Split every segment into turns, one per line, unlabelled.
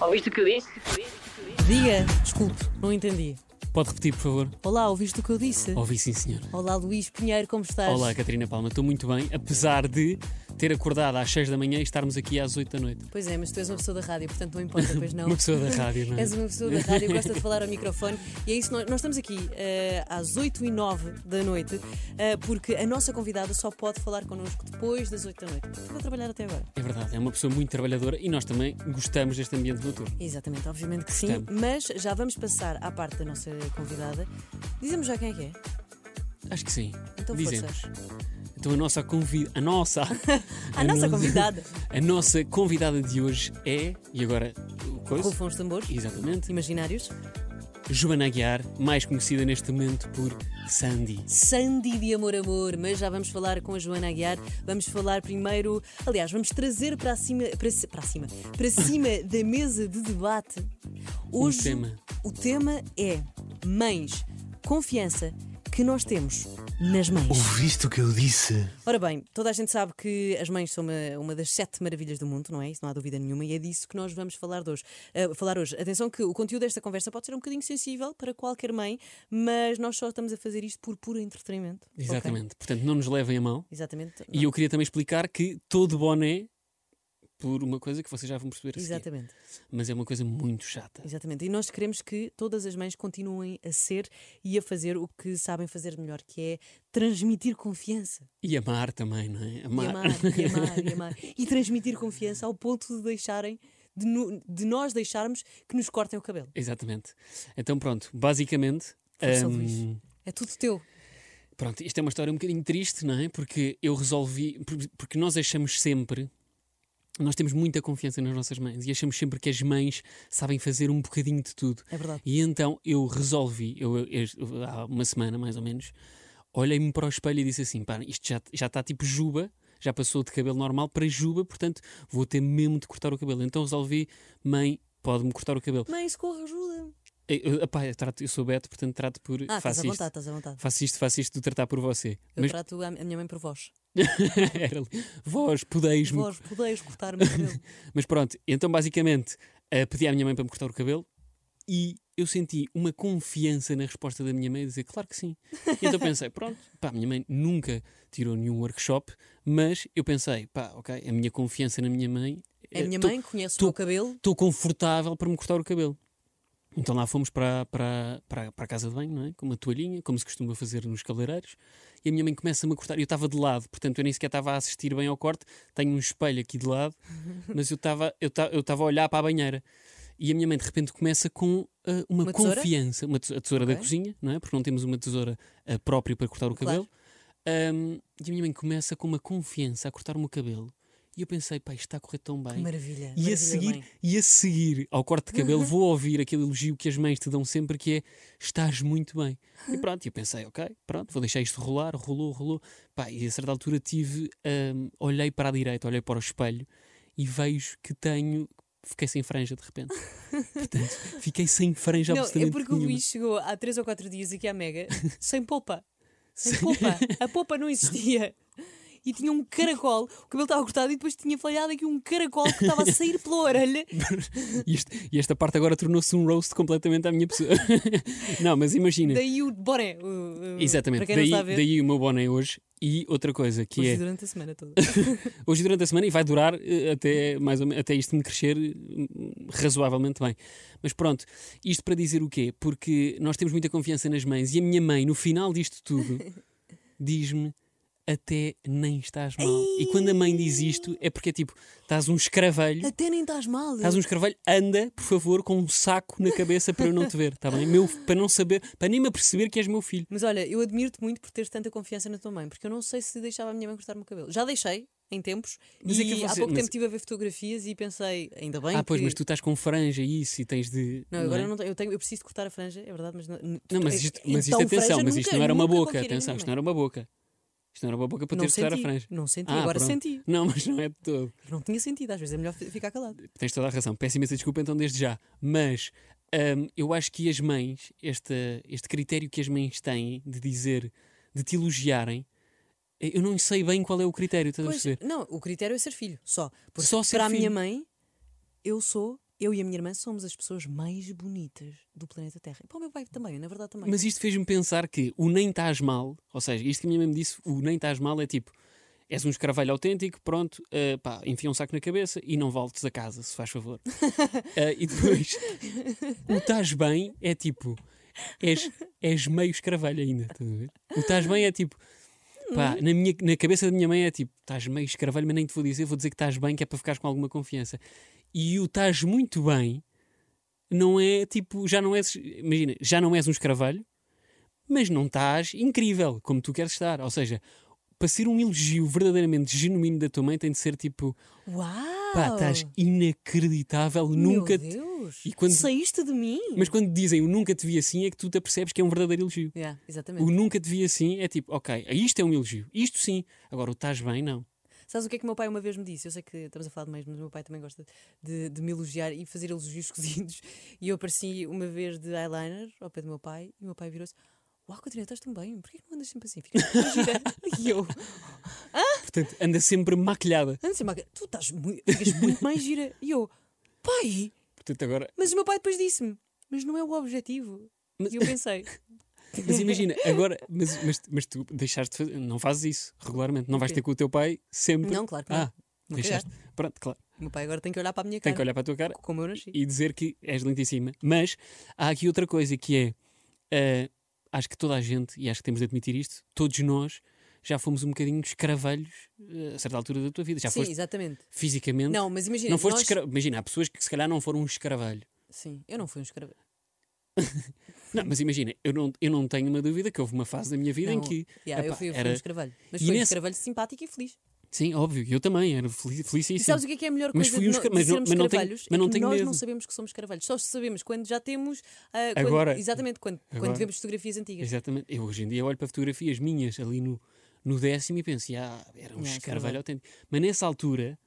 Ouviste o que eu disse?
Diga, desculpe, não entendi.
Pode repetir, por favor?
Olá, ouviste o que eu disse?
Ouvi sim, senhora.
Olá, Luís Pinheiro, como estás?
Olá, Catarina Palma, estou muito bem, apesar de ter acordado às 6 da manhã e estarmos aqui às 8 da noite.
Pois é, mas tu és uma pessoa da rádio, portanto não importa, pois não.
Uma pessoa da rádio, não é?
És uma pessoa da rádio, gosta de falar ao microfone e é isso. Nós, nós estamos aqui eh, às 8 e 09 da noite eh, porque a nossa convidada só pode falar connosco depois das 8 da noite. Estou a trabalhar até agora.
É verdade, é uma pessoa muito trabalhadora e nós também gostamos deste ambiente noturno.
Exatamente, obviamente que sim,
Estamos.
mas já vamos passar à parte da nossa convidada. Dizemos já quem é que é?
Acho que sim.
Então
Dizemos.
forças.
Então a nossa convida. A nossa.
A nossa convidada.
A nossa convidada de hoje é. E agora. Coisa?
Rufam os tambores.
Exatamente.
Imaginários.
Joana Aguiar, mais conhecida neste momento por Sandy.
Sandy de Amor Amor, mas já vamos falar com a Joana Aguiar. Vamos falar primeiro, aliás, vamos trazer para cima, para, ci- para cima, para cima da mesa de debate. Hoje
Um tema.
o tema é mães, confiança que nós temos nas mães.
Ouviste o que eu disse?
Ora bem, toda a gente sabe que as mães são uma, uma das sete maravilhas do mundo, não é? Isso não há dúvida nenhuma, e é disso que nós vamos falar de hoje. Ah, falar hoje. Atenção que o conteúdo desta conversa pode ser um bocadinho sensível para qualquer mãe, mas nós só estamos a fazer isto por puro entretenimento. ok?
Exatamente. Portanto, não nos levem a mão.
Exatamente.
E eu queria também explicar que todo boné, por uma coisa que vocês já vão perceber a seguir,
Exatamente,
mas é uma coisa muito chata.
exatamente. E nós queremos que todas as mães continuem a ser e a fazer o que sabem fazer melhor, que é transmitir confiança.
E amar também, não é?
E amar, e amar, e amar. E transmitir confiança ao ponto de deixarem, de, nu- de nós deixarmos que nos cortem o cabelo.
Exatamente. Então pronto, basicamente.
Força,
hum,
Luís. É tudo teu.
Pronto, isto é uma história um bocadinho triste, não é? Porque eu resolvi. por- Porque nós achamos sempre. Nós temos muita confiança nas nossas mães e achamos sempre que as mães sabem fazer um bocadinho de tudo.
É verdade.
E então eu resolvi, eu, eu- eu- há uma semana mais ou menos, olhei-me para o espelho e disse assim: pá, isto já, já está tipo juba, já passou de cabelo normal para juba, portanto vou ter mesmo de cortar o cabelo. Então resolvi, mãe, pode-me cortar o cabelo.
Mãe, socorro, ajuda.
Eu, eu, epá, eu trato- eu sou Beto, portanto trato por.
Ah, estás à
faço isto.
vontade, estás à vontade.
Faço isto, faço isto de tratar por você.
Eu
Mas
trato a a minha mãe por vós.
era ali, vós, podeis-me.
Vós podeis cortar-me o cabelo.
Mas pronto, então basicamente eh, pedi à minha mãe para me cortar o cabelo e eu senti uma confiança na resposta da minha mãe a dizer claro que sim. E então pensei, pronto, pá, a minha mãe nunca tirou nenhum workshop, mas eu pensei, pá, ok, a minha confiança na minha mãe. é
É A minha mãe conhece o
tu-
meu cabelo.
Estou confortável para me cortar o cabelo. Então lá fomos para, para, para, para a casa de banho, não é? com uma toalhinha, como se costuma fazer nos cabeleireiros, e a minha mãe começa-me a cortar. Eu estava de lado, portanto eu nem sequer estava a assistir bem ao corte, tenho um espelho aqui de lado, mas eu estava eu ta- eu estava a olhar para a banheira. E a minha mãe de repente começa com ah, uma,
Uma tesoura?
confiança, uma tesoura, a tesoura da
Ok.
cozinha, não é? Porque não temos uma tesoura ah, própria para cortar o
Claro.
cabelo. Ahm, e a minha mãe começa com uma confiança a cortar-me o cabelo. E eu pensei, pá, isto está a correr tão bem.
Maravilha.
E
maravilha,
a, seguir,
mãe.
e a seguir ao corte de cabelo vou ouvir aquele elogio que as mães te dão sempre que é estás muito bem. E pronto, eu pensei, ok, pronto, vou deixar isto rolar, rolou, rolou. Pá, e a certa altura tive, hum, olhei para a direita, olhei para o espelho e vejo que tenho, fiquei sem franja de repente. Portanto, fiquei sem franja
Não, é
absolutamente
porque o
nenhuma.
Luís chegou há 3 ou 4 dias aqui à Mega sem polpa. Sem polpa. A polpa não existia. E tinha um caracol, o cabelo estava cortado e depois tinha falhado aqui um caracol que estava a sair pela orelha.
E, isto- e esta parte agora tornou-se um roast completamente à minha pessoa. não, mas imagina.
Daí o boné. o- o- Para
Exatamente,
quem
daí,
não está a ver,
daí o meu boné hoje. E outra coisa que
hoje
é.
durante a semana toda.
hoje durante a semana e vai durar eh, até, mais ou menos, até isto me crescer hum, razoavelmente bem. Mas pronto, isto para dizer o quê? Porque nós temos muita confiança nas mães e a minha mãe, no final disto tudo, diz-me até nem estás mal. E quando a mãe diz isto é porque é tipo, estás um escravelho.
Até nem estás mal.
Estás um escravelho, anda, por favor, com um saco na cabeça para eu não te ver, está bem? Meu, para não saber, para nem me aperceber que és meu filho.
Mas olha, eu admiro-te muito por teres tanta confiança na tua mãe, porque eu não sei se deixava a minha mãe cortar o meu cabelo. Já deixei, em tempos,
Mas
e
é que
há
você-
pouco
mas-
tempo estive a ver fotografias e pensei, ainda bem
ah, pois,
que...
mas tu estás com franja e isso e tens de.
Não, agora
é?
eu não tenho, eu tenho, eu preciso de cortar a franja, é verdade, mas não,
Não, mas isto, mas isto
Então,
atenção,
franja
mas isto
nunca-
não era uma
nunca
boca,
confiei na
atenção,
minha
isto
mãe.
não era uma boca. Isto não era uma boca para
não
teres de usar a
senti,
franja.
Não senti,
Ah,
agora
pronto.
senti.
Não, mas não é de todo.
Não tinha sentido, às vezes é melhor fi- ficar calado.
Tens toda a razão. Péssima essa desculpa, então, desde já. Mas hum, eu acho que as mães, este, este critério que as mães têm de dizer, de te elogiarem, eu não sei bem qual é o critério, estás a
Pois,
perceber?
não, o critério é ser filho, só. Porque
Só ser
para a
filho.
minha mãe, eu sou eu e a minha irmã somos as pessoas mais bonitas do planeta Terra. E para o meu pai também, na verdade também.
Mas isto fez-me pensar que o nem estás mal, ou seja, isto que a minha mãe me disse, o nem estás mal é tipo, és um escravalho autêntico, pronto, eh, pá, enfia um saco na cabeça e não voltes a casa, se faz favor. Eh, e depois, o estás bem é tipo, és, és meio escravalho ainda, estás a ver? O estás bem é tipo, pá, na, minha, na cabeça da minha mãe é tipo, estás meio escravalho, mas nem te vou dizer, vou dizer que estás bem, que é para ficares com alguma confiança. E o estás muito bem não é tipo, já não és, imagina, já não és um escravalho, mas não estás incrível como tu queres estar. Ou seja, para ser um elogio verdadeiramente genuíno da tua mãe, tem de ser tipo,
Uau!
pá, estás inacreditável, nunca.
Oh. Meu
te-
Deus!
E quando-
Saíste de mim?
Mas quando dizem eu nunca te vi assim, é que tu te apercebes que é um verdadeiro elogio.
Yeah, exatamente.
O nunca te vi assim é tipo, ok, isto é um elogio, isto sim. Agora o estás bem, não.
Sabes o que é que o meu pai uma vez me disse? Eu sei que estamos a falar de mães, mas o meu pai também gosta de, de me elogiar e fazer elogios cozidos. E eu apareci uma vez de eyeliner ao pé do meu pai e o meu pai virou-se: Uau, Catarina, estás tão bem, porquê que não andas sempre assim? Ficas tão gira." E eu:
Portanto, anda sempre maquilhada.
Antes de tu estás muito, ficas muito mais gira. E eu: Pai,
Portanto, agora.
mas o meu pai depois disse-me: Mas não é o objetivo.
Mas-
E eu pensei:
Mas imagina, agora. Mas, mas, mas tu deixaste de fazer. Não fazes isso regularmente. Não vais
quê?
ter com o teu pai sempre.
Não, claro que não.
Ah,
Nunca
deixaste. Pronto, claro.
O meu pai agora tem que olhar para a minha
Tem
cara,
que olhar para a tua cara
como eu nasci.
e dizer que és lindíssima. Mas há aqui outra coisa que é. ah, acho que toda a gente, e acho que temos de admitir isto, todos nós já fomos um bocadinho escravalhos ah, a certa altura da tua vida. Já
Sim,
foste
exatamente.
fisicamente.
Não, mas imagina.
Não foste
nós-
escra- Imagina, há pessoas que se calhar não foram um escravalho.
Sim, eu não fui um escravo.
Não, mas imagina, eu não, eu não tenho uma dúvida que houve uma fase da minha vida em
Não,
que.
yeah, eu
epá,
fui, eu fui um
era...
escravalho. Mas
E
fui um
nesse-
escravalho simpático e feliz.
Sim, óbvio, eu também, era feliz,
E
felicíssimo.
sabes o que é, que é a melhor
Mas
coisa
fui
de
um
no-
escra-
de
mas não-
sermos
mas não tenho-
escravalhos?
mas não
é que
tenho
nós
medo.
não sabemos que somos escravalhos. Só sabemos quando já temos. ah, quando-
Agora-
Exatamente, quando,
Agora-
quando vemos fotografias antigas.
Exatamente. Eu hoje em dia olho para fotografias minhas ali no, no décimo e penso, ah, era um
Yeah,
escarvalho autêntico. Mas nessa altura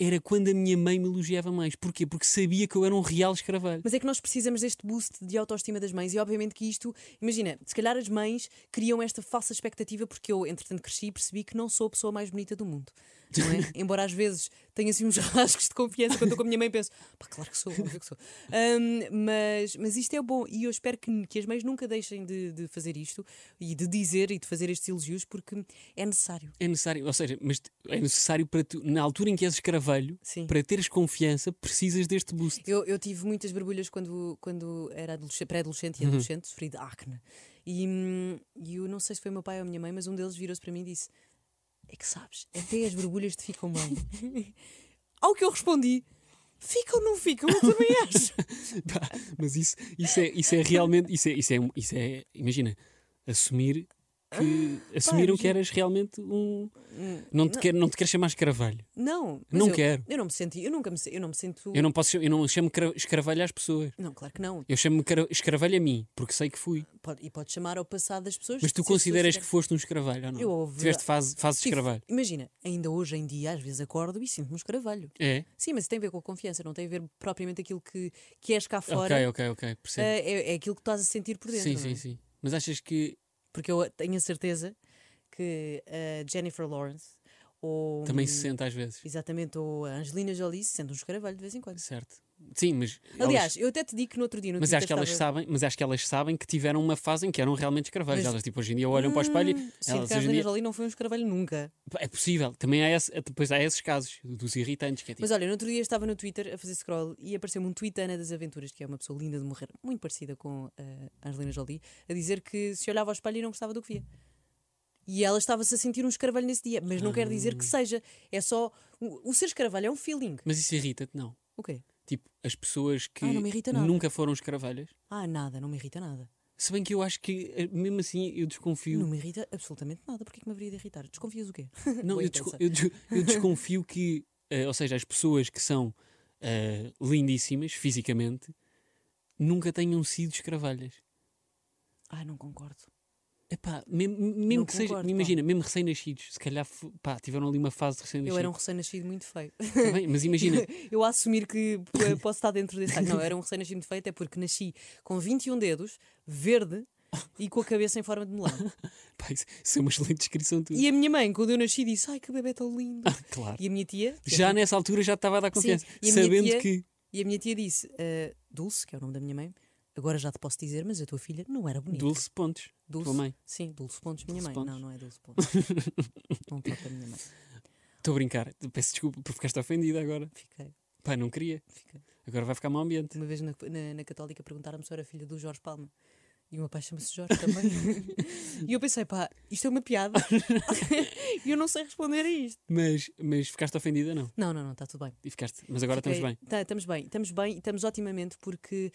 era quando a minha mãe me elogiava mais. Porquê? Porque sabia que eu era um real escarvalho.
Mas é que nós precisamos deste boost de autoestima das mães e obviamente que isto, imagina, se calhar as mães criam esta falsa expectativa porque eu, entretanto, cresci e percebi que não sou a pessoa mais bonita do mundo. não é? Embora às vezes tenha assim uns rasgos de confiança quando estou com a minha mãe e penso, pá, claro que sou, óbvio que sou. Ahm, mas, mas isto é bom e eu espero que, que as mães nunca deixem de, de fazer isto e de dizer e de fazer estes elogios porque é necessário.
É necessário, ou seja, mas é necessário para tu, na altura em que és escarvalho,
Sim.
para teres confiança, precisas deste boost.
Eu, eu tive muitas borbulhas quando, quando era adolesce- pré-adolescente e
Uhum.
adolescente, sofri de acne. E, hum, e eu não sei se foi o meu pai ou a minha mãe, mas um deles virou-se para mim e disse: É que sabes, até as borbulhas te ficam bem. Ao que eu respondi: Ficam ou não ficam? Eu também acho.
Pá, tá? mas isso, isso, é, isso é realmente. Isso é, isso, é, isso é. Imagina, assumir que. Assumiram que
Ah, imagina. Hum,
eras realmente um. Não te, quero, não te quero chamar escaravelho.
Não, mas
Não
eu,
quero.
Eu não me senti, eu nunca me, se- eu não me sinto.
Eu não, posso, eu não chamo cra- escaravelho às pessoas.
Não, claro que não.
Eu chamo-me cara- escaravelho a mim, porque sei que fui.
Pode- e pode chamar ao passado das pessoas.
Mas
se
tu
as pessoas
consideras que
tiverem-
foste um escaravelho ou não?
Eu ouvi-
Tiveste fase, fase de
Tive-
escaravelho.
Imagina, ainda hoje em dia, às vezes acordo e sinto-me um escaravalho.
É?
Sim, mas isso tem a ver com a confiança, não tem a ver propriamente aquilo que, que és cá fora.
Ok, ok, ok.
Ah,
Percebo.
é, é aquilo que estás a sentir por dentro.
sim,
não é?
sim, sim. Mas achas que.
Porque eu tenho a certeza que a Jennifer Lawrence ou. hum,
Também se sente às vezes.
Exatamente, ou a Angelina Jolie se sente um escaravelho de vez em quando.
Certo. Sim, mas. elas-
Aliás, eu até te digo que no outro dia. No
Mas
Twitter
acho, que elas
estava...
sabem, mas acho que elas sabem que tiveram uma fase em que eram realmente escravalhos.
Mas- Hum,
Elas, tipo, hoje em dia olham para o espelho e.
Sim,
Elas,
que a
hoje em
Angelina
dia,
Jolie não foi um escaravelho nunca.
é possível. Também há, esse, depois há esses casos dos irritantes. Que é tipo,
Mas olha, no outro dia estava no Twitter a fazer scroll e apareceu-me um tweet da Ana das Aventuras, que é uma pessoa linda de morrer, muito parecida com eh, a Angelina Jolie, a dizer que se olhava ao espelho e não gostava do que via. E ela estava-se a sentir um escravalho nesse dia, mas não quer dizer que seja, é só. O, o ser escravalho é um feeling.
mas isso irrita-te, não.
O quê?
Tipo, as pessoas que
Ah, não me irrita nada.
nunca foram escravalhas.
Ah, nada, não me irrita nada.
Se bem que eu acho que, eh, mesmo assim, eu desconfio.
Não me irrita absolutamente nada. Porquê que me haveria de irritar? Desconfias o quê?
Não,
Boa
eu,
intensa.
desco- eu des- eu desconfio que, eh, ou seja, as pessoas que são eh, lindíssimas fisicamente nunca tenham sido escravalhas.
Ah, não concordo.
Epá, mesmo, mesmo
Não
que seja,
concordo, pá.
imagina, mesmo recém-nascidos, se calhar fo- pá, tiveram ali uma fase de recém-nascidos.
Eu era um recém-nascido muito feio.
Tá bem, mas imagina,
eu a assumir que p- posso estar dentro desse saco. Não, era um recém-nascido feito, é porque nasci com 21 dedos, verde e com a cabeça em forma de melão.
pá, isso, isso é uma excelente descrição tua.
E a minha mãe, quando eu nasci, disse: Ai, que bebê tão lindo.
Claro.
E a minha tia. que é
Já nessa altura já te estava a dar confiança,
e a minha
sabendo
tia-
que
E a minha tia disse: "Ah, Dulce, que é o nome da minha mãe, agora já te posso dizer, mas a tua filha não era bonita.
Dulce Pontes,
Dulce?
tua mãe.
Sim, Dulce Pontes, minha
Dulce
mãe.
Pontes.
Não, não é Dulce Pontes. não toca a minha mãe.
Estou a brincar. Peço desculpa por ficaste ofendida agora.
Fiquei,
Pá, não queria.
fiquei.
Agora vai ficar mau ambiente.
Uma vez na, na, na Católica perguntaram-me se eu era filha do Jorge Palma. E o meu pai chama-se Jorge também. e eu pensei, pá, isto é uma piada. E eu não sei responder a isto.
Mas, mas ficaste ofendida, não.
Não, não, não, está tudo bem.
E ficaste. Mas agora
Fiquei-
estamos bem.
Tá, estamos bem, estamos bem e estamos otimamente porque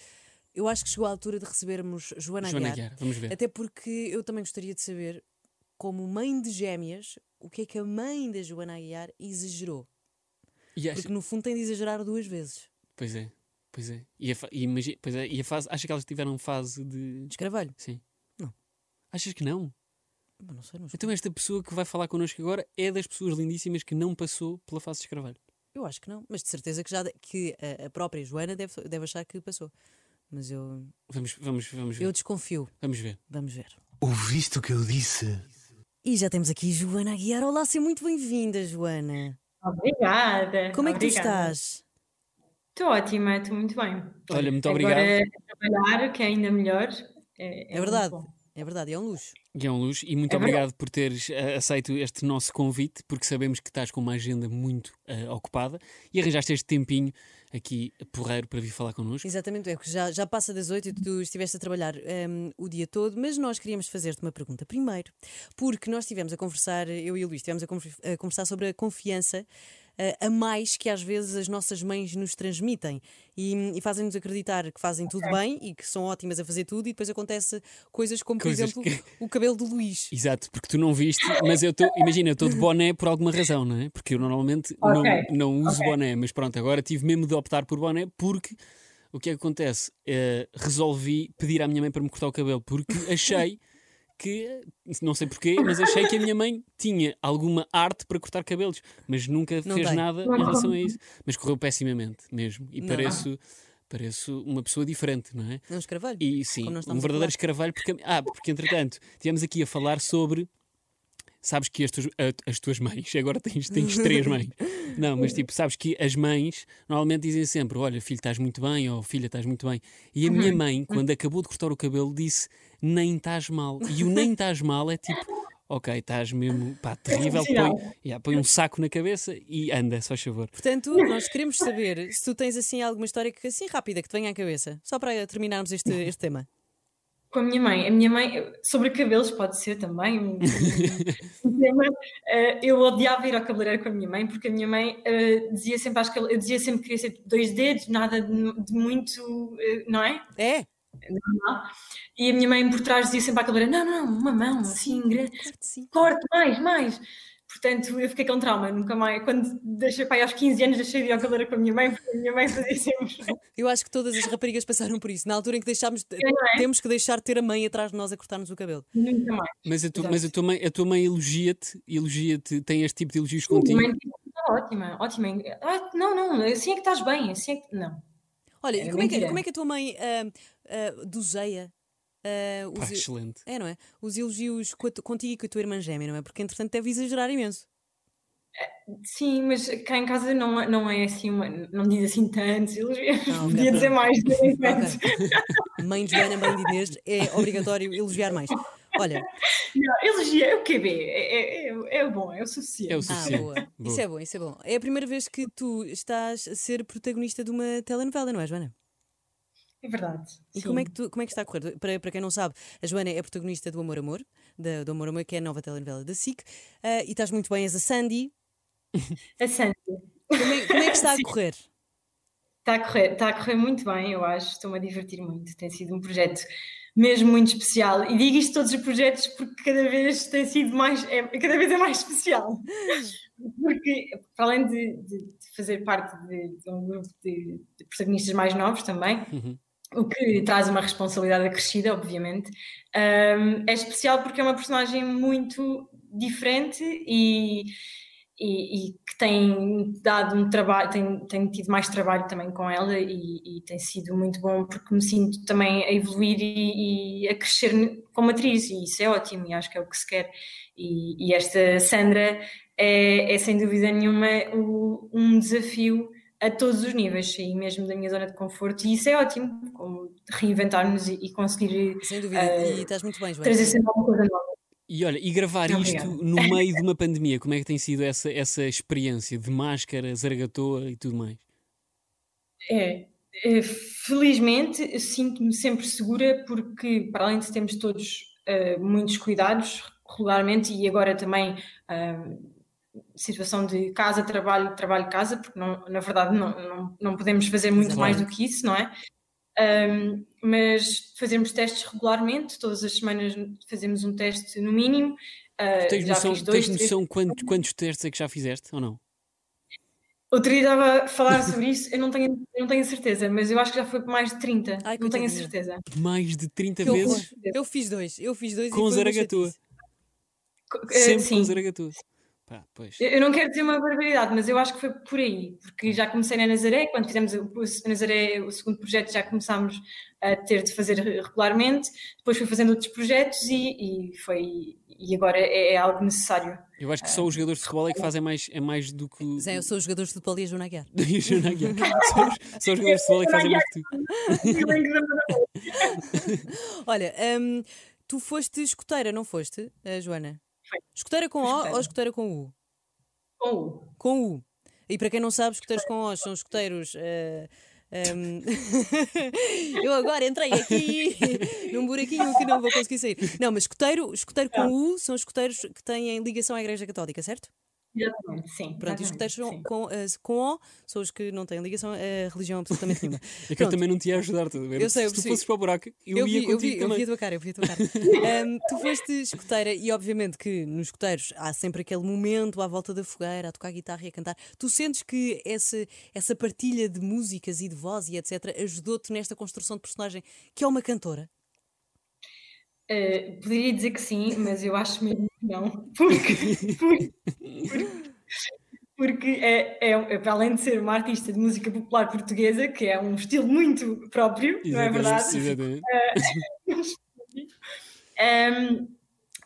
eu acho que chegou a altura de recebermos Joana,
Joana
Aguiar.
Aguiar, vamos ver.
Até porque eu também gostaria de saber, como mãe de gêmeas, o que é que a mãe da Joana Aguiar exagerou.
E acha-
Porque no fundo tem de exagerar duas vezes.
Pois é, pois é. E a, fa- e imagi- pois é. E a fase. Acha que elas tiveram fase de.
Descravalho.
Sim.
Não.
Achas que não?
Mas não sei, não sei.
Então esta pessoa que vai falar connosco agora é das pessoas lindíssimas que não passou pela fase de escravalho.
Eu acho que não, mas de certeza que já de- que a, a própria Joana deve, deve achar que passou. Mas eu,
Vamos, vamos, vamos ver.
eu desconfio.
Vamos ver.
Vamos ver.
Ouviste o que eu disse?
E já temos aqui Joana Aguiar. Olá, seja muito bem-vinda, Joana.
Obrigada.
Como é que tu
obrigada.
estás?
Estou ótima, estou muito bem.
Olha, muito
Agora
obrigado.
trabalhar, que é ainda melhor.
É verdade.
muito bom.
É verdade, é um luxo.
Guião Luz, e muito
É verdade.
obrigado por teres eh, aceito este nosso convite, porque sabemos que estás com uma agenda muito eh, ocupada e arranjaste este tempinho aqui, porreiro, para vir falar connosco.
Exatamente, é que já, já passa das oito e tu estiveste a trabalhar hum, o dia todo, mas nós queríamos fazer-te uma pergunta primeiro, porque nós estivemos a conversar, eu e o Luís estivemos a, conver- a conversar sobre a confiança eh, a mais que às vezes as nossas mães nos transmitem e, e fazem-nos acreditar que fazem tudo bem e que são ótimas a fazer tudo, e depois acontece coisas como,
Coisas
por exemplo,
que-
o cabelo do Luís.
Exato, porque tu não viste, mas eu estou, imagina, eu estou de boné por alguma razão, não é? Porque eu normalmente não-
Ok,
não, uso boné, mas pronto, agora tive mesmo de optar por boné porque o que é que acontece? Eh, resolvi pedir à minha mãe para me cortar o cabelo porque achei que, não sei porquê, mas achei que a minha mãe tinha alguma arte para cortar cabelos, mas nunca
Não
fez
tem.
nada
Não
em
tem.
relação a isso. Mas correu pessimamente mesmo e
Não.
pareço, pareço uma pessoa diferente, não é?
Não escravalho?
E sim,
Como nós
um
estamos a
verdadeiro
falar.
escravalho. Porque, ah, porque entretanto, estivemos aqui a falar sobre. Sabes que as tuas, a- as tuas mães, agora tens, tens três mães. Não, mas tipo, sabes que as mães normalmente dizem sempre: Olha, filho, estás muito bem, ou filha, estás muito bem. E a
Uhum.
minha mãe, quando acabou de cortar o cabelo, disse: Nem estás mal. E o nem estás mal é tipo: Ok, estás mesmo, pá, terrível.
Sinal.
Põe, yeah, põe um saco na cabeça e anda, só favor.
Portanto, nós queremos saber se tu tens assim alguma história que assim rápida que te venha à cabeça, só para terminarmos este, este tema.
Com a minha mãe. A minha mãe, sobre cabelos, pode ser também um, um tema. Eh, eu odiava ir ao cabeleireiro com a minha mãe, porque a minha mãe eh, dizia sempre às cabele- eu dizia sempre que queria ser dois dedos, nada de, de muito, eh, não é?
É?
E a minha mãe por trás dizia sempre à cabeleireira: não, não, uma mão, assim, grande.
Claro que sim.
corte mais, mais. Portanto, eu fiquei com trauma, nunca mais. Quando deixei, pai, aos 15 anos, deixei de ir ao cabeleireiro com a minha mãe, porque a minha mãe fazia sempre.
Eu acho que todas as raparigas passaram por isso. Na altura em que deixámos, temos que deixar de ter a mãe atrás de nós a cortar-nos o cabelo.
nunca mais.
Mas a, tu,
Exato.
mas a tua mãe, a tua mãe elogia-te, elogia-te, tem este tipo de elogios
Minha
contigo.
mãe disse, "Ah, ótima, ótima. Ah, não, não, assim é que estás bem, assim é que. Não.
Olha, e
Era
como é, que,
mentira.
como é que a tua mãe ah, ah, doseia ah,
Pá,
os, e-
excelente.
é, não é? os elogios co- contigo e com a tua irmã gêmea, não é? Porque entretanto deve exagerar imenso.
Sim, mas cá em casa não, não é assim, uma, não diz assim tantos, eles
Ah, ok,
podia dizer
pronto.
mais. de vez em quando.
Ok. Mãe de Joana, mãe de Inês, é obrigatório elogiar mais. Olha,
Não, elogia, é o QB, é, é, é, é bom, é o suficiente.
É o
ah,
suficiente.
boa. Isso é bom, isso é bom. É a primeira vez que tu estás a ser protagonista de uma telenovela, não é, Joana?
É verdade.
E
sim.
como é, que tu- como é que está a correr? Para, para quem não sabe, a Joana é a protagonista do Amor Amor, da, do Amor Amor, que é a nova telenovela da SIC, eh, e estás muito bem, és a Sandy.
A Sandy
Como é, como é que está a correr?
Está Tá a correr, está a correr muito bem, eu acho. Estou-me a divertir muito. Tem sido um projeto mesmo muito especial. E digo isto todos os projetos porque cada vez tem sido mais, é, cada vez é mais especial. Porque, para além de, de- de fazer parte de, de um grupo de, de protagonistas mais novos também,
Uhum.
o que traz uma responsabilidade acrescida, obviamente, hum, é especial porque é uma personagem muito diferente e, e, e que tem dado um trabalho, tem, tem tido mais trabalho também com ela e, e tem sido muito bom porque me sinto também a evoluir e, e a crescer ne- como atriz e isso é ótimo e acho que é o que se quer e, e esta Sandra é, é sem dúvida nenhuma o- um desafio a todos os níveis, e mesmo da minha zona de conforto, e isso é ótimo, como reinventarmos e, e conseguir
Sem dúvida.
eh,
e estás muito bem, Joana.
trazer sempre alguma coisa nova.
E olha, e gravar
Não,
isto no meio de uma pandemia, como é que tem sido essa, essa experiência de máscara, zargatoa e tudo mais?
É, eh, felizmente eu sinto-me sempre segura porque para além de termos todos eh, muitos cuidados regularmente e agora também ah, situação de casa, trabalho, trabalho, casa, porque não- na verdade não, não, não podemos fazer muito
Exato.
mais do que isso, não é? Ahm, mas fazemos testes regularmente, todas as semanas fazemos um teste no mínimo. ah,
Tens
já
noção,
fiz dois,
tens
três
noção quantos, quantos testes é que já fizeste ou não?
Outro dia estava a falar sobre isso, eu não tenho, eu não tenho certeza, mas eu acho que já foi por mais de
Ai,
30. não tenho a
coitadinha.
certeza.
Mais de 30
Que horror.
vezes
Eu fiz dois, eu fiz dois e
com
foi uma
zaragatua.
chatice.
Co- eh,
Sempre
sim. Eh,
com zaragatua. Pá, pois.
Eu eu não quero dizer uma barbaridade, mas eu acho que foi por aí, porque já comecei na Nazaré, quando fizemos o, o Nazaré, o segundo projeto, já começámos a ter de fazer re- regularmente, depois fui fazendo outros projetos e, e foi e agora é, é algo necessário.
Eu acho que só os jogadores de futebol é que fazem mais, é mais do que. o-
Zé, eu sou jogador de futebol e a Joana Aguiar.
E o Joana Aguiar. Só os, só os jogadores de futebol é que fazem mais que tu.
Olha, hum, tu foste escoteira, não foste, eh, Joana?
Foi.
Escoteira com
Fui
O
escoteira.
ou escoteira com U?
Ou
Com U. E para quem não sabe, escuteiros com O são escuteiros. eh, ehm, eu agora entrei aqui num buraquinho que não vou conseguir sair. Não, mas escuteiro, escuteiro com U são escuteiros que têm ligação à Igreja Católica, certo?
exatamente, sim.
Pronto, e os
exatamente,
escuteiros são-
sim.
com, eh, com O são os que não têm ligação a religião absolutamente nenhuma.
É que eu
Pronto.
também não te ia ajudar, tudo bem?
Eu sei, eu
Se tu
percebi.
fosses para o buraco, eu,
Eu
ia
vi, eu,
contigo
vi, eu
também.
vi a tua cara, eu vi a tua cara. Ahm, tu foste escoteira e, obviamente, que nos escoteiros há sempre aquele momento à volta da fogueira, a tocar guitarra e a cantar. Tu sentes que esse, essa partilha de músicas e de voz e etc. ajudou-te nesta construção de personagem que é uma cantora?
Eh, poderia dizer que sim, mas eu acho mesmo que não, porque, porque, porque é, é, um- é para além de ser uma artista de música popular portuguesa, que é um estilo muito próprio, não é
Exatamente,
verdade?
exatamente.
Ahm,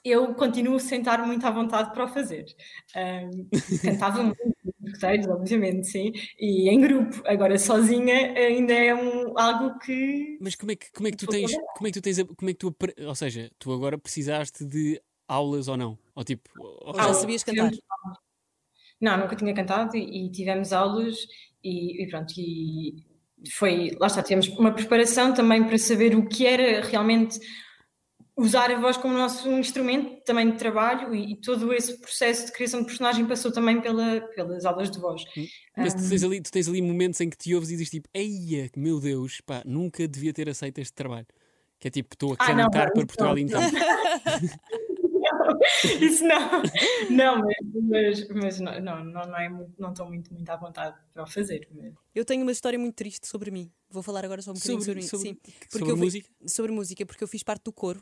eu continuo a sentar muito à vontade para o fazer. Ahm, cantava muito nos escuteiros, obviamente, sim, e em grupo. Agora, sozinha, ainda é um, algo que.
Mas como é que, como é que tu
Estou
tens, como é que tu tens, a- como é que tu, apre- ou seja, tu agora precisaste de aulas ou não? Ou tipo, ou
Ou já
já-
Aulas.
sabias cantar?
tivemos aulas. Não, nunca tinha cantado e, e tivemos aulas e, e pronto, e foi, lá está, tivemos uma preparação também para saber o que era realmente usar a voz como nosso instrumento também de trabalho e, e todo esse processo de criação de personagem passou também pela, pelas aulas de voz.
Hum,
mas tu tens, ali, tu tens ali momentos em que te ouves e dizes tipo, eia, meu Deus, pá, nunca devia ter aceito este trabalho. Que é tipo, estou a
Ah, não,
cantar para
não, isso
Portugal então.
não.
inteiro.
Ah, Isso não, não, mas, mas, mas não, não, não, não é muito- não estou muito, muito à vontade para o fazer. mas-
Eu tenho uma história muito triste sobre mim. Vou falar agora só um bocadinho sobre,
Sobre,
mim.
sobre,
Sim,
sobre
eu vi-
música?
sobre música, porque eu fiz parte do coro.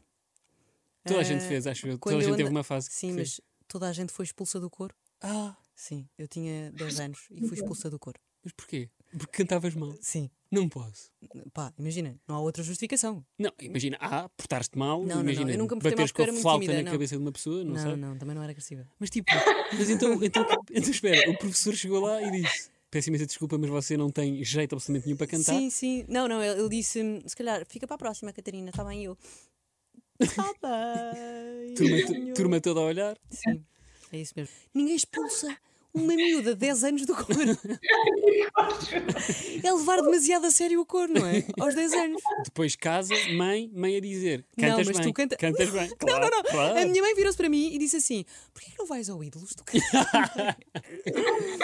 Toda a gente
Ah,
fez, acho eu. Toda
quando
a
eu
gente teve
anda-
uma fase que
Sim,
fez.
mas toda a gente foi expulsa do coro.
Ah,
Sim, eu tinha 10 anos e fui expulsa do coro.
mas porquê? Porque cantavas mal.
Sim,
Não posso.
pá, imagina, não há outra justificação.
Não, imagina, ah, portaste-te mal,
Não, não, não,
imagina,
eu nunca me portei mal
bateres
porque
com
eu
a
era muito
flauta
tímida,
na
não.
cabeça de uma pessoa, não,
Não,
sei.
não, também não era agressiva.
Mas tipo, mas então, então, então espera, o professor chegou lá e disse: Peço imensa desculpa, mas você não tem jeito absolutamente nenhum para cantar.
Sim, sim. Não, não, ele, ele disse-me, se calhar, fica para a próxima, Catarina, está bem eu. Está bem.
Turma, tu-
senhor."
turma toda a olhar.
Sim, é isso mesmo. Ninguém expulsa uma miúda de 10 anos do coro. É levar demasiado a sério o coro, não é? Aos 10 anos.
Depois casa, mãe, mãe a dizer:
Não,
Cantas
mas
bem.
tu canta-
Cantas bem.
Não, não,
Claro,
não.
Claro.
A minha mãe virou-se para mim e disse assim: Porquê que não vais ao Ídolos? Tu cantas?"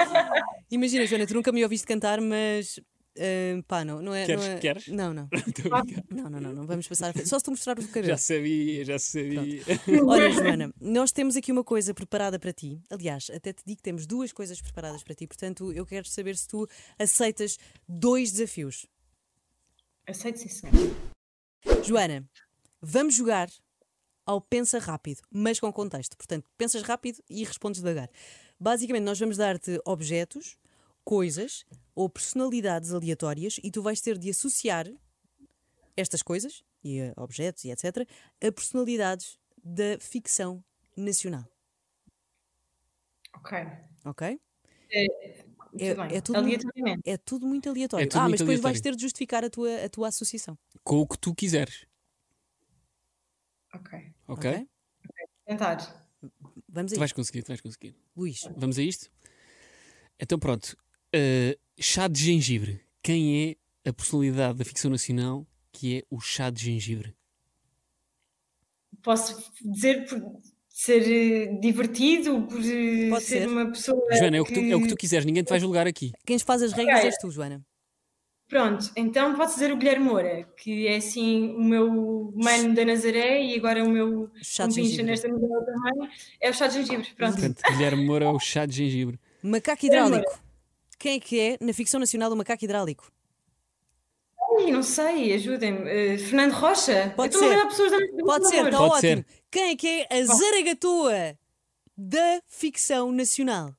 Imagina, Joana, tu nunca me ouviste cantar, mas. ah, pá, não, não é.
Queres-
não, é-
queres?
não, não.
Estou a brincar.
Não, não, não, não vamos passar à frente. Só se tu mostrar o cabelo.
Já sabia, já sabia.
Olha, Joana, nós temos aqui uma coisa preparada para ti. Aliás, até te digo que temos duas coisas preparadas para ti. Portanto, eu quero saber se tu aceitas dois desafios.
Aceito sim, senhora.
Joana, vamos jogar ao pensa rápido, mas com contexto. Portanto, pensas rápido e respondes devagar. Basicamente, nós vamos dar-te objetos, coisas ou personalidades aleatórias e tu vais ter de associar estas coisas e eh, objetos e etc a personalidades da ficção nacional,
Ok.
ok? É-
tudo bem.
é tudo
Aleatoriamente.
É tudo muito aleatório.
É tudo
ah,
muito
mas depois vais
aleatório.
ter de justificar a tua, a tua associação.
com o que tu quiseres,
Ok.
ok?
Ok.
Tentar.
Vamos a
Tu
isto.
vais conseguir, tu vais conseguir.
Luís,
Vamos a isto? Então pronto, Uh, chá de gengibre. Quem é a personalidade da ficção nacional que é o chá de gengibre?
Posso dizer por ser eh, divertido, por eh,
Pode
ser,
ser.
uma pessoa.
Joana, é o, que tu, é o que tu quiseres, ninguém te vai julgar aqui.
quem faz as regras
Ok.
és tu, Joana.
Pronto, então posso dizer o Guilherme Moura, que é assim o meu mano da Nazaré e agora o meu
Chá de
compincha
gengibre.
nesta novela também. É o chá de gengibre, pronto.
Portanto, Guilherme Moura é o chá de gengibre.
Macaco hidráulico. Quem é que é na ficção nacional o macaco hidráulico?
Ai, não sei, ajudem-me. Eh, Fernando Rocha?
Pode
Eu estou a
ser.
lembrar pessoas da da-
Pode
da-
ser, está
da-
Pode
ótimo. Quem é que é a zaragatua da ficção nacional?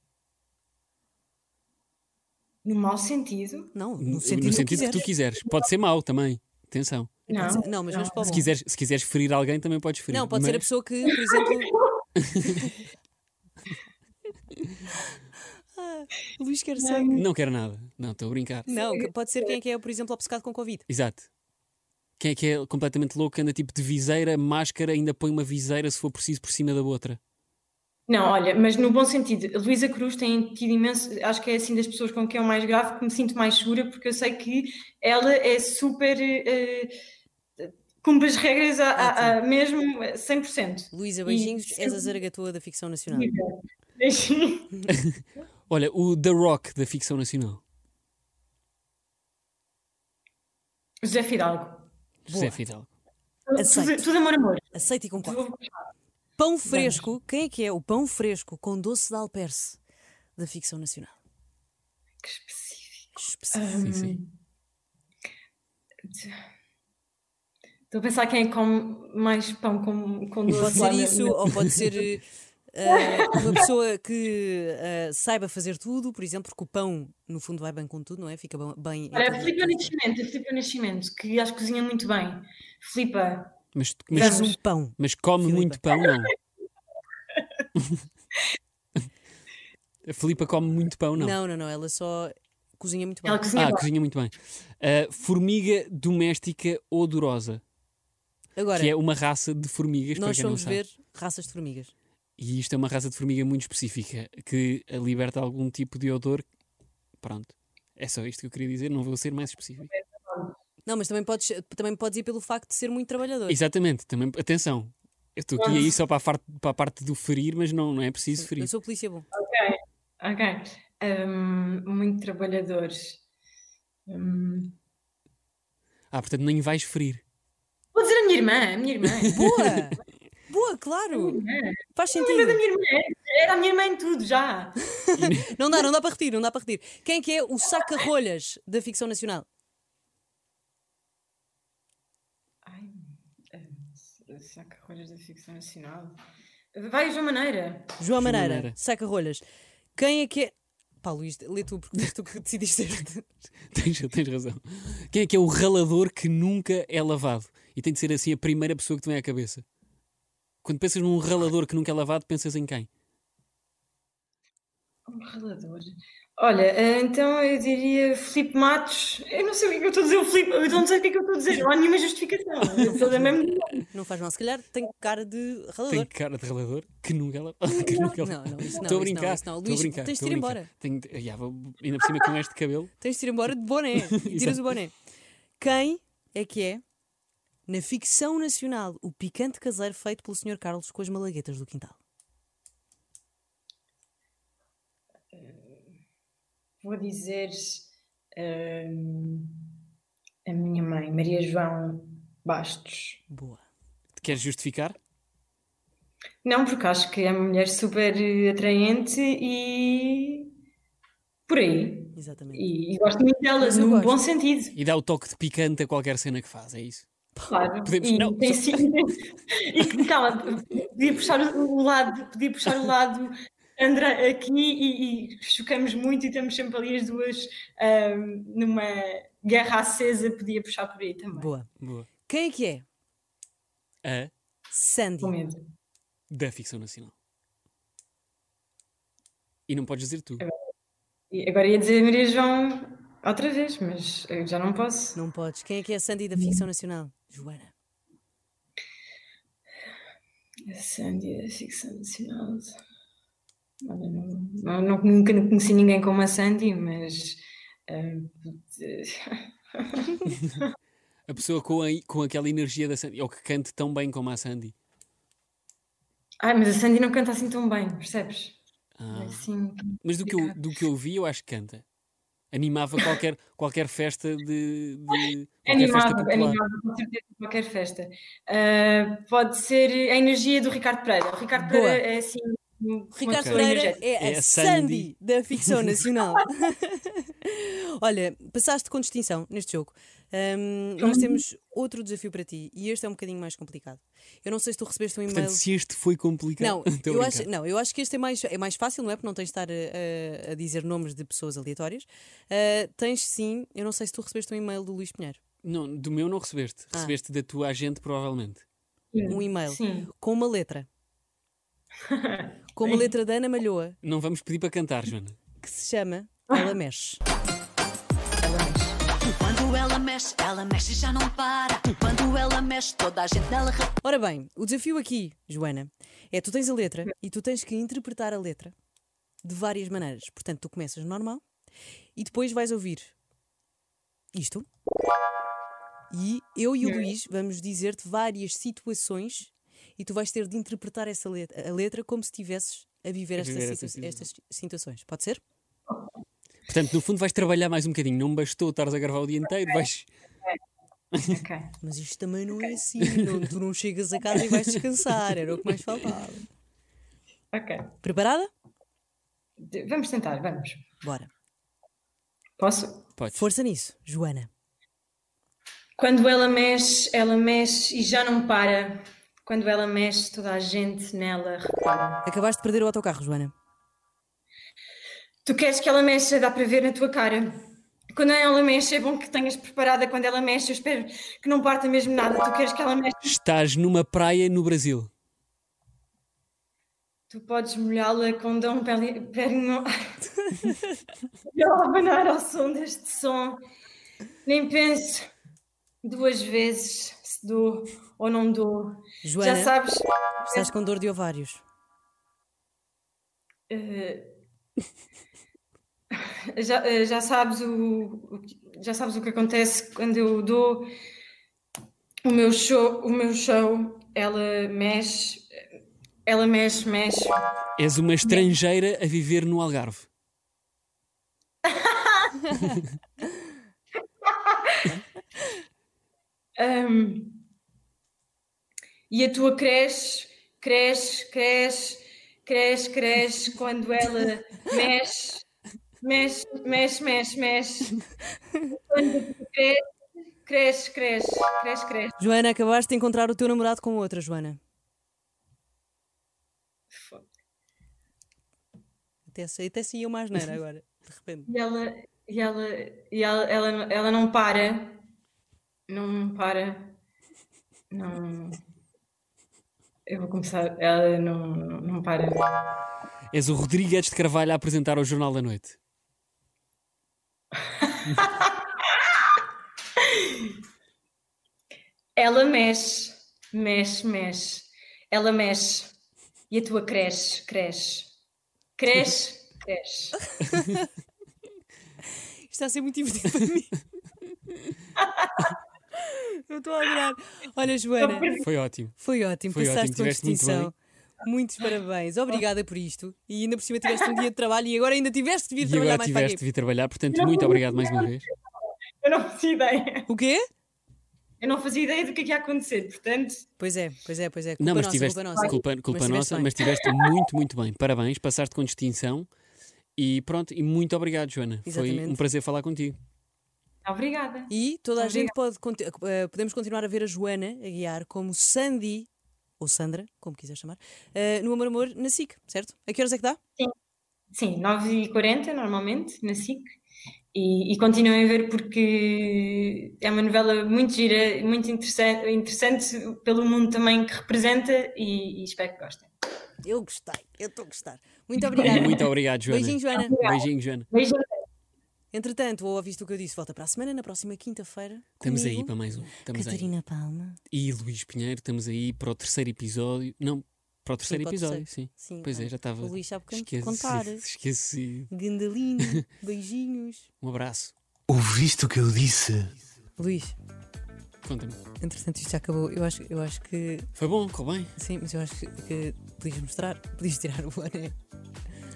No mau sentido?
Não, no sentido, que
que tu
quiseres.
quiseres. Pode ser mau também. Atenção.
Não.
Pode ser- Não, mas vamos para o
Se
bom.
quiseres, se quiseres ferir alguém, também podes ferir.
Não, pode ser a
mas-
pessoa que, por exemplo. ah, Luís quer sangue.
Não quero nada. Não, estou a brincar.
Não, que- pode ser quem é que é, por exemplo, obcecado com Covid.
Exato. Quem é que é completamente louco, anda tipo de viseira, máscara, ainda põe uma viseira se for preciso por cima da outra.
Não,
Ah.
olha, mas no bom sentido, a Luísa Cruz tem tido imenso, acho que é assim das pessoas com quem eu mais gravo, que me sinto mais segura, porque eu sei que ela é super. eh, eh, cumpre as regras a, a, a mesmo eh, 100%.
Luísa,
E-
beijinhos, és a zaragatua da ficção nacional.
Beijinho.
Olha, o The Rock da ficção nacional.
José Fidalgo.
José Fidalgo.
Aceito.
Tudo, tudo amor, amor.
Tá.
Aceito e concordo.
Vou-
Pão fresco, quem é que é o pão fresco com doce de alperce da ficção nacional?
Que específico.
Específico.
Sim, sim.
Hum. Estou a pensar quem é que come mais pão com, com
Ah,
doce.
Pode
lá
ser
na-
isso, ou pode ser eh, eh, uma pessoa que eh, saiba fazer tudo, por exemplo, porque o pão, no fundo, vai bem com tudo, não é? Fica bom- bem. em
Olha,
tudo.
a Filipa Nascimento, a Filipa Nascimento, que acho que cozinha muito bem. Filipa,
Mas,
Mas
mas,
um pão.
mas come
Filipa.
muito pão, não? a Filipa come muito pão, não?
Não, não, não, ela só cozinha muito bem.
ela cozinha
Ah,
bem.
cozinha muito bem. Ah, formiga doméstica odorosa,
Agora,
que é uma raça de formigas, para
nós
quem não
vamos
sabe.
ver raças de formigas.
E isto é uma raça de formiga muito específica que liberta algum tipo de odor. Pronto. É só isto que eu queria dizer, não vou ser mais específico.
Não, mas também podes, também podes ir pelo facto de ser muito trabalhador.
Exatamente, também, atenção. Eu estou aqui aí só para a, farte- para a parte do ferir, mas não, não é preciso ferir.
Eu sou polícia bom.
Ok. Hum, muito trabalhadores. Hum,
Ah, portanto, nem vais ferir.
Vou dizer a minha irmã, a minha irmã.
Boa! Boa, claro!
é.
Faz
Era da
sentido.
minha irmã, era a minha irmã em tudo já.
Não dá, não dá para repetir, não dá para repetir. Quem é que é o saca-rolhas da ficção nacional?
Ai, hum, saca rolhas da ficção nacional. Vai, João Maneira.
João Maneira,
Maneira.
saca-rolhas. Quem é que é. Pá, Luís, lê tu, porque foste tu que decidiste este.
Tens, tens razão. Quem é que é o ralador que nunca é lavado? E tem de ser assim a primeira pessoa que te vem à cabeça. Quando pensas num ralador que nunca é lavado, pensas em quem?
Um relador. Olha, eh, então eu diria Filipe Matos. Eu não sei o que é que eu estou a dizer, o Filipe. Eu não sei o que é que eu estou a dizer, não há nenhuma justificação. Eu estou a dizer mesmo.
Não faz mal, se calhar tem cara de
Tem
ralador.
cara de ralador que nunca é lavado. que nunca é
Não, não, isso não,
Estou a
isso não,
brincar.
isso não.
estou a
Luís,
brincar,
tens de
estou a
ir
brincar.
embora.
Tenho de- Ya, vou- ainda por cima com este cabelo.
Tens de ir embora de boné e tiras o boné. Quem é que é, na ficção nacional, o picante caseiro feito pelo Sr. Carlos com as malaguetas do quintal?
Vou dizer eh, a minha mãe, Maria João Bastos.
Boa.
Queres justificar?
Não, porque acho que é uma mulher super eh, atraente e por aí.
Exatamente.
E, e gosto muito dela,
Mas eu
no
gosto.
bom sentido,
E dá o toque de picante a qualquer cena que faz, é isso?
claro.
Podemos-
E
não,
tem
só-
sido. E que, calma, podia puxar o o lado, podia puxar o lado Andra aqui e, e chocamos muito e estamos sempre ali as duas ahm, numa guerra acesa, podia puxar por aí também.
Boa.
Boa.
Quem é que é?
A
Sandy.
Com medo.
da ficção nacional. E não podes dizer tu.
E agora ia dizer Maria João outra vez, mas eu já não posso.
Não podes. Quem é que é a Sandy da ficção nacional? Joana.
A Sandy da ficção nacional. Olha, não, não- não- nunca conheci ninguém como a Sandy, mas. ah,
A pessoa com, a- com aquela energia da Sandy, ou que cante tão bem como a Sandy.
Ai, mas a Sandy não canta assim tão bem, percebes?
Ah.
Assim,
Mas do que, eu, do que eu vi, eu acho que canta. Animava qualquer, qualquer festa de. de qualquer festa
animado,
popular.
animado, com certeza, em qualquer festa. Ah, pode ser a energia do Ricardo Pereira. O Ricardo
Boa.
Pereira é assim. uma
Ricardo
pessoa
Pereira
energética.
é,
É
a
a
Sandy
Sandy.
da ficção nacional. Olha, passaste com distinção neste jogo. Ahm, nós temos outro desafio para ti e este é um bocadinho mais complicado. Eu não sei se tu recebeste um e-mail.
Portanto, se este foi complicado.
Não,
Tô a
eu
brincar.
acho, não, eu acho que este é mais, é mais fácil, não é? Porque não tens de estar a, a- a dizer nomes de pessoas aleatórias. Ah, tens sim, eu não sei se tu recebeste um e-mail do Luís Pinheiro.
Não, do meu não recebeste.
Ah.
Recebeste da tua agente, provavelmente.
Um e-mail
Sim.
com uma letra. Com uma letra da Ana Malhoa
Não vamos pedir para cantar, Joana.
que se chama Ela Mexe.
Quando ela mexe, ela mexe e já não para. Quando ela mexe, toda a gente dela repara.
Ora bem, o desafio aqui, Joana, é tu tens a letra e tu tens que interpretar a letra de várias maneiras. Portanto, tu começas normal e depois vais ouvir isto. E eu e o Luís vamos dizer-te várias situações e tu vais ter de interpretar essa letra, a letra como se estivesses a viver estas,
viver
situa-
essas situações.
estas situações. Pode ser?
Portanto, no fundo, vais trabalhar mais um bocadinho. Não bastou estares a gravar o dia inteiro. Vais.
Ok.
Mas isto também não é assim. não- tu não chegas a casa e vais descansar. Era o que mais faltava.
Ok.
Preparada?
De- Vamos tentar, vamos.
Bora.
Posso?
Podes.
Força nisso, Joana.
Quando ela mexe, ela mexe e já não para. Quando ela mexe, toda a gente nela repara.
Acabaste de perder o autocarro, Joana.
Tu queres que ela mexa, dá para ver na tua cara. Quando ela mexe, é bom que tenhas preparada. Quando ela mexe, eu espero que não parta mesmo nada. Tu queres que ela mexa,
Estás numa praia no Brasil.
tu podes molhá-la com Dom Peli- Perignon. E ela abanar ao som deste som. Nem penso duas vezes se dou ou não dou.
Joana,
Já sabes.
estás com dor de ovários.
Eh, já, eh, já sabes o, o que- já sabes o que acontece quando eu dou o meu show o meu show ela mexe ela mexe mexe
És uma estrangeira a viver no Algarve.
Ahm, e a tua cresce cresce cresce cresce cresce quando ela mexe mexe mexe mexe mexe quando a tua cresce cresce cresce cresce cresce
Joana, acabaste de encontrar o teu namorado com outra, Joana.
Fuck.
Até, se- até saiu mais neira agora, de repente.
E ela, e ela, e ela, ela, ela não para. Não para. Não. Eu vou começar. Ela não, não, não para.
És o Rodrigues de Carvalho a apresentar ao Jornal da Noite.
Ela mexe, mexe, mexe. Ela mexe. E a tua cresce, cresce. Cresce, cresce.
Isto está a ser muito divertido para mim. Eu estou a adorar. Olha, Joana,
Foi ótimo.
foi ótimo,
Foi ótimo,
passaste com
tiveste muito
distinção. Muitos parabéns, obrigada por isto. E ainda por cima tiveste um dia de trabalho e agora ainda tiveste de vir
E
trabalhar
agora
mais
tiveste de
para
vir trabalhar. Portanto, muito obrigado mais uma vez.
Eu não fazia ideia.
aqui. O quê?
Eu não fazia ideia do que é que ia acontecer, portanto.
Pois é, pois é, pois é. Culpa
Não, mas
nossa,
tiveste
culpa nossa.
culpa, culpa
Mas tiveste
nossa,
bem.
mas tiveste muito, muito bem. Parabéns, passaste com distinção. E pronto, e muito obrigado, Joana. Foi um
Exatamente.
prazer falar contigo.
Obrigada.
E toda a
Obrigada.
gente pode conti- eh, podemos continuar a ver a Joana a guiar como Sandy ou Sandra, como quiser chamar, eh, no Amor Amor na SIC, certo? A que horas é que dá?
Sim, 9h40 normalmente, na SIC. E, e continuem a ver porque é uma novela muito gira, muito interessante, interessante pelo mundo também que representa e, e espero que gostem.
Eu gostei, eu estou a gostar. Muito Muito obrigada.
Muito obrigado, Joana.
Beijinho, Joana.
Beijinho, Joana.
Beijo.
Entretanto, ou ouviste o que eu disse, volta para a semana, na próxima quinta-feira.
Estamos
comigo,
aí para mais um. Estamos aí.
Catarina Palma.
E Luís Pinheiro, estamos aí para o terceiro episódio. Não, para o terceiro
para o
episódio,
terceiro.
sim.
Sim,
Pois é,
olha,
já estava.
O Luís sabe can-
Esqueci,
contar.
esqueci.
Gandalino, beijinhos.
Um abraço.
Ouviste o que eu disse?
Luís,
Conta-me.
entretanto, isto já acabou. Eu acho, eu acho que.
Foi bom? Correu bem?
Sim, mas eu acho que, que podias mostrar, podias tirar o boné.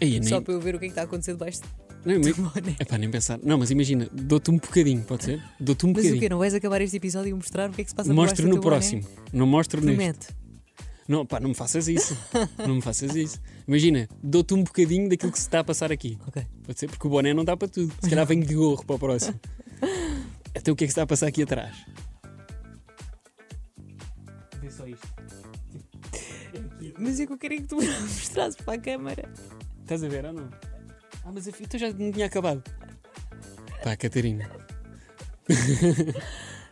Aí, nem, um
Só para eu ver o que é que está acontecendo debaixo
nem, nem,
do boné.
epá, nem pensar. Não, mas imagina, dou-te um bocadinho, pode ser? Dou-te um
Mas o
bocadinho.
quê? Não vais acabar este episódio e mostrar o que é que se passa debaixo
Mostro
do
no
teu boné?
próximo. Não mostro neste.
Prometo.
Não, pá, não me faças isso. não me faças isso. Imagina, dou-te um bocadinho daquilo que se está a passar aqui.
Ok.
Pode ser porque o boné não dá para tudo. Se calhar venho de gorro para o próximo. Até o que é que está a passar aqui atrás? Vê só isto.
Mas é que eu queria que tu me mostrasses para a câmara.
Estás a ver ou não? Ah, mas a fita já não tinha acabado. Pá, Catarina.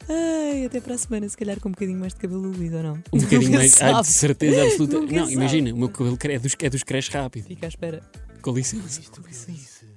Ai, até para a semana, se calhar com um bocadinho mais de cabelo luído ou não.
Um bocadinho
Nunca
mais.
se
Ah,
sabe.
de certeza absoluta.
Nunca
não,
se
imagina, o meu cabelo cre- é dos, é dos creches rápido.
Fica à espera.
Com licença.
Ouviste o que eu disse?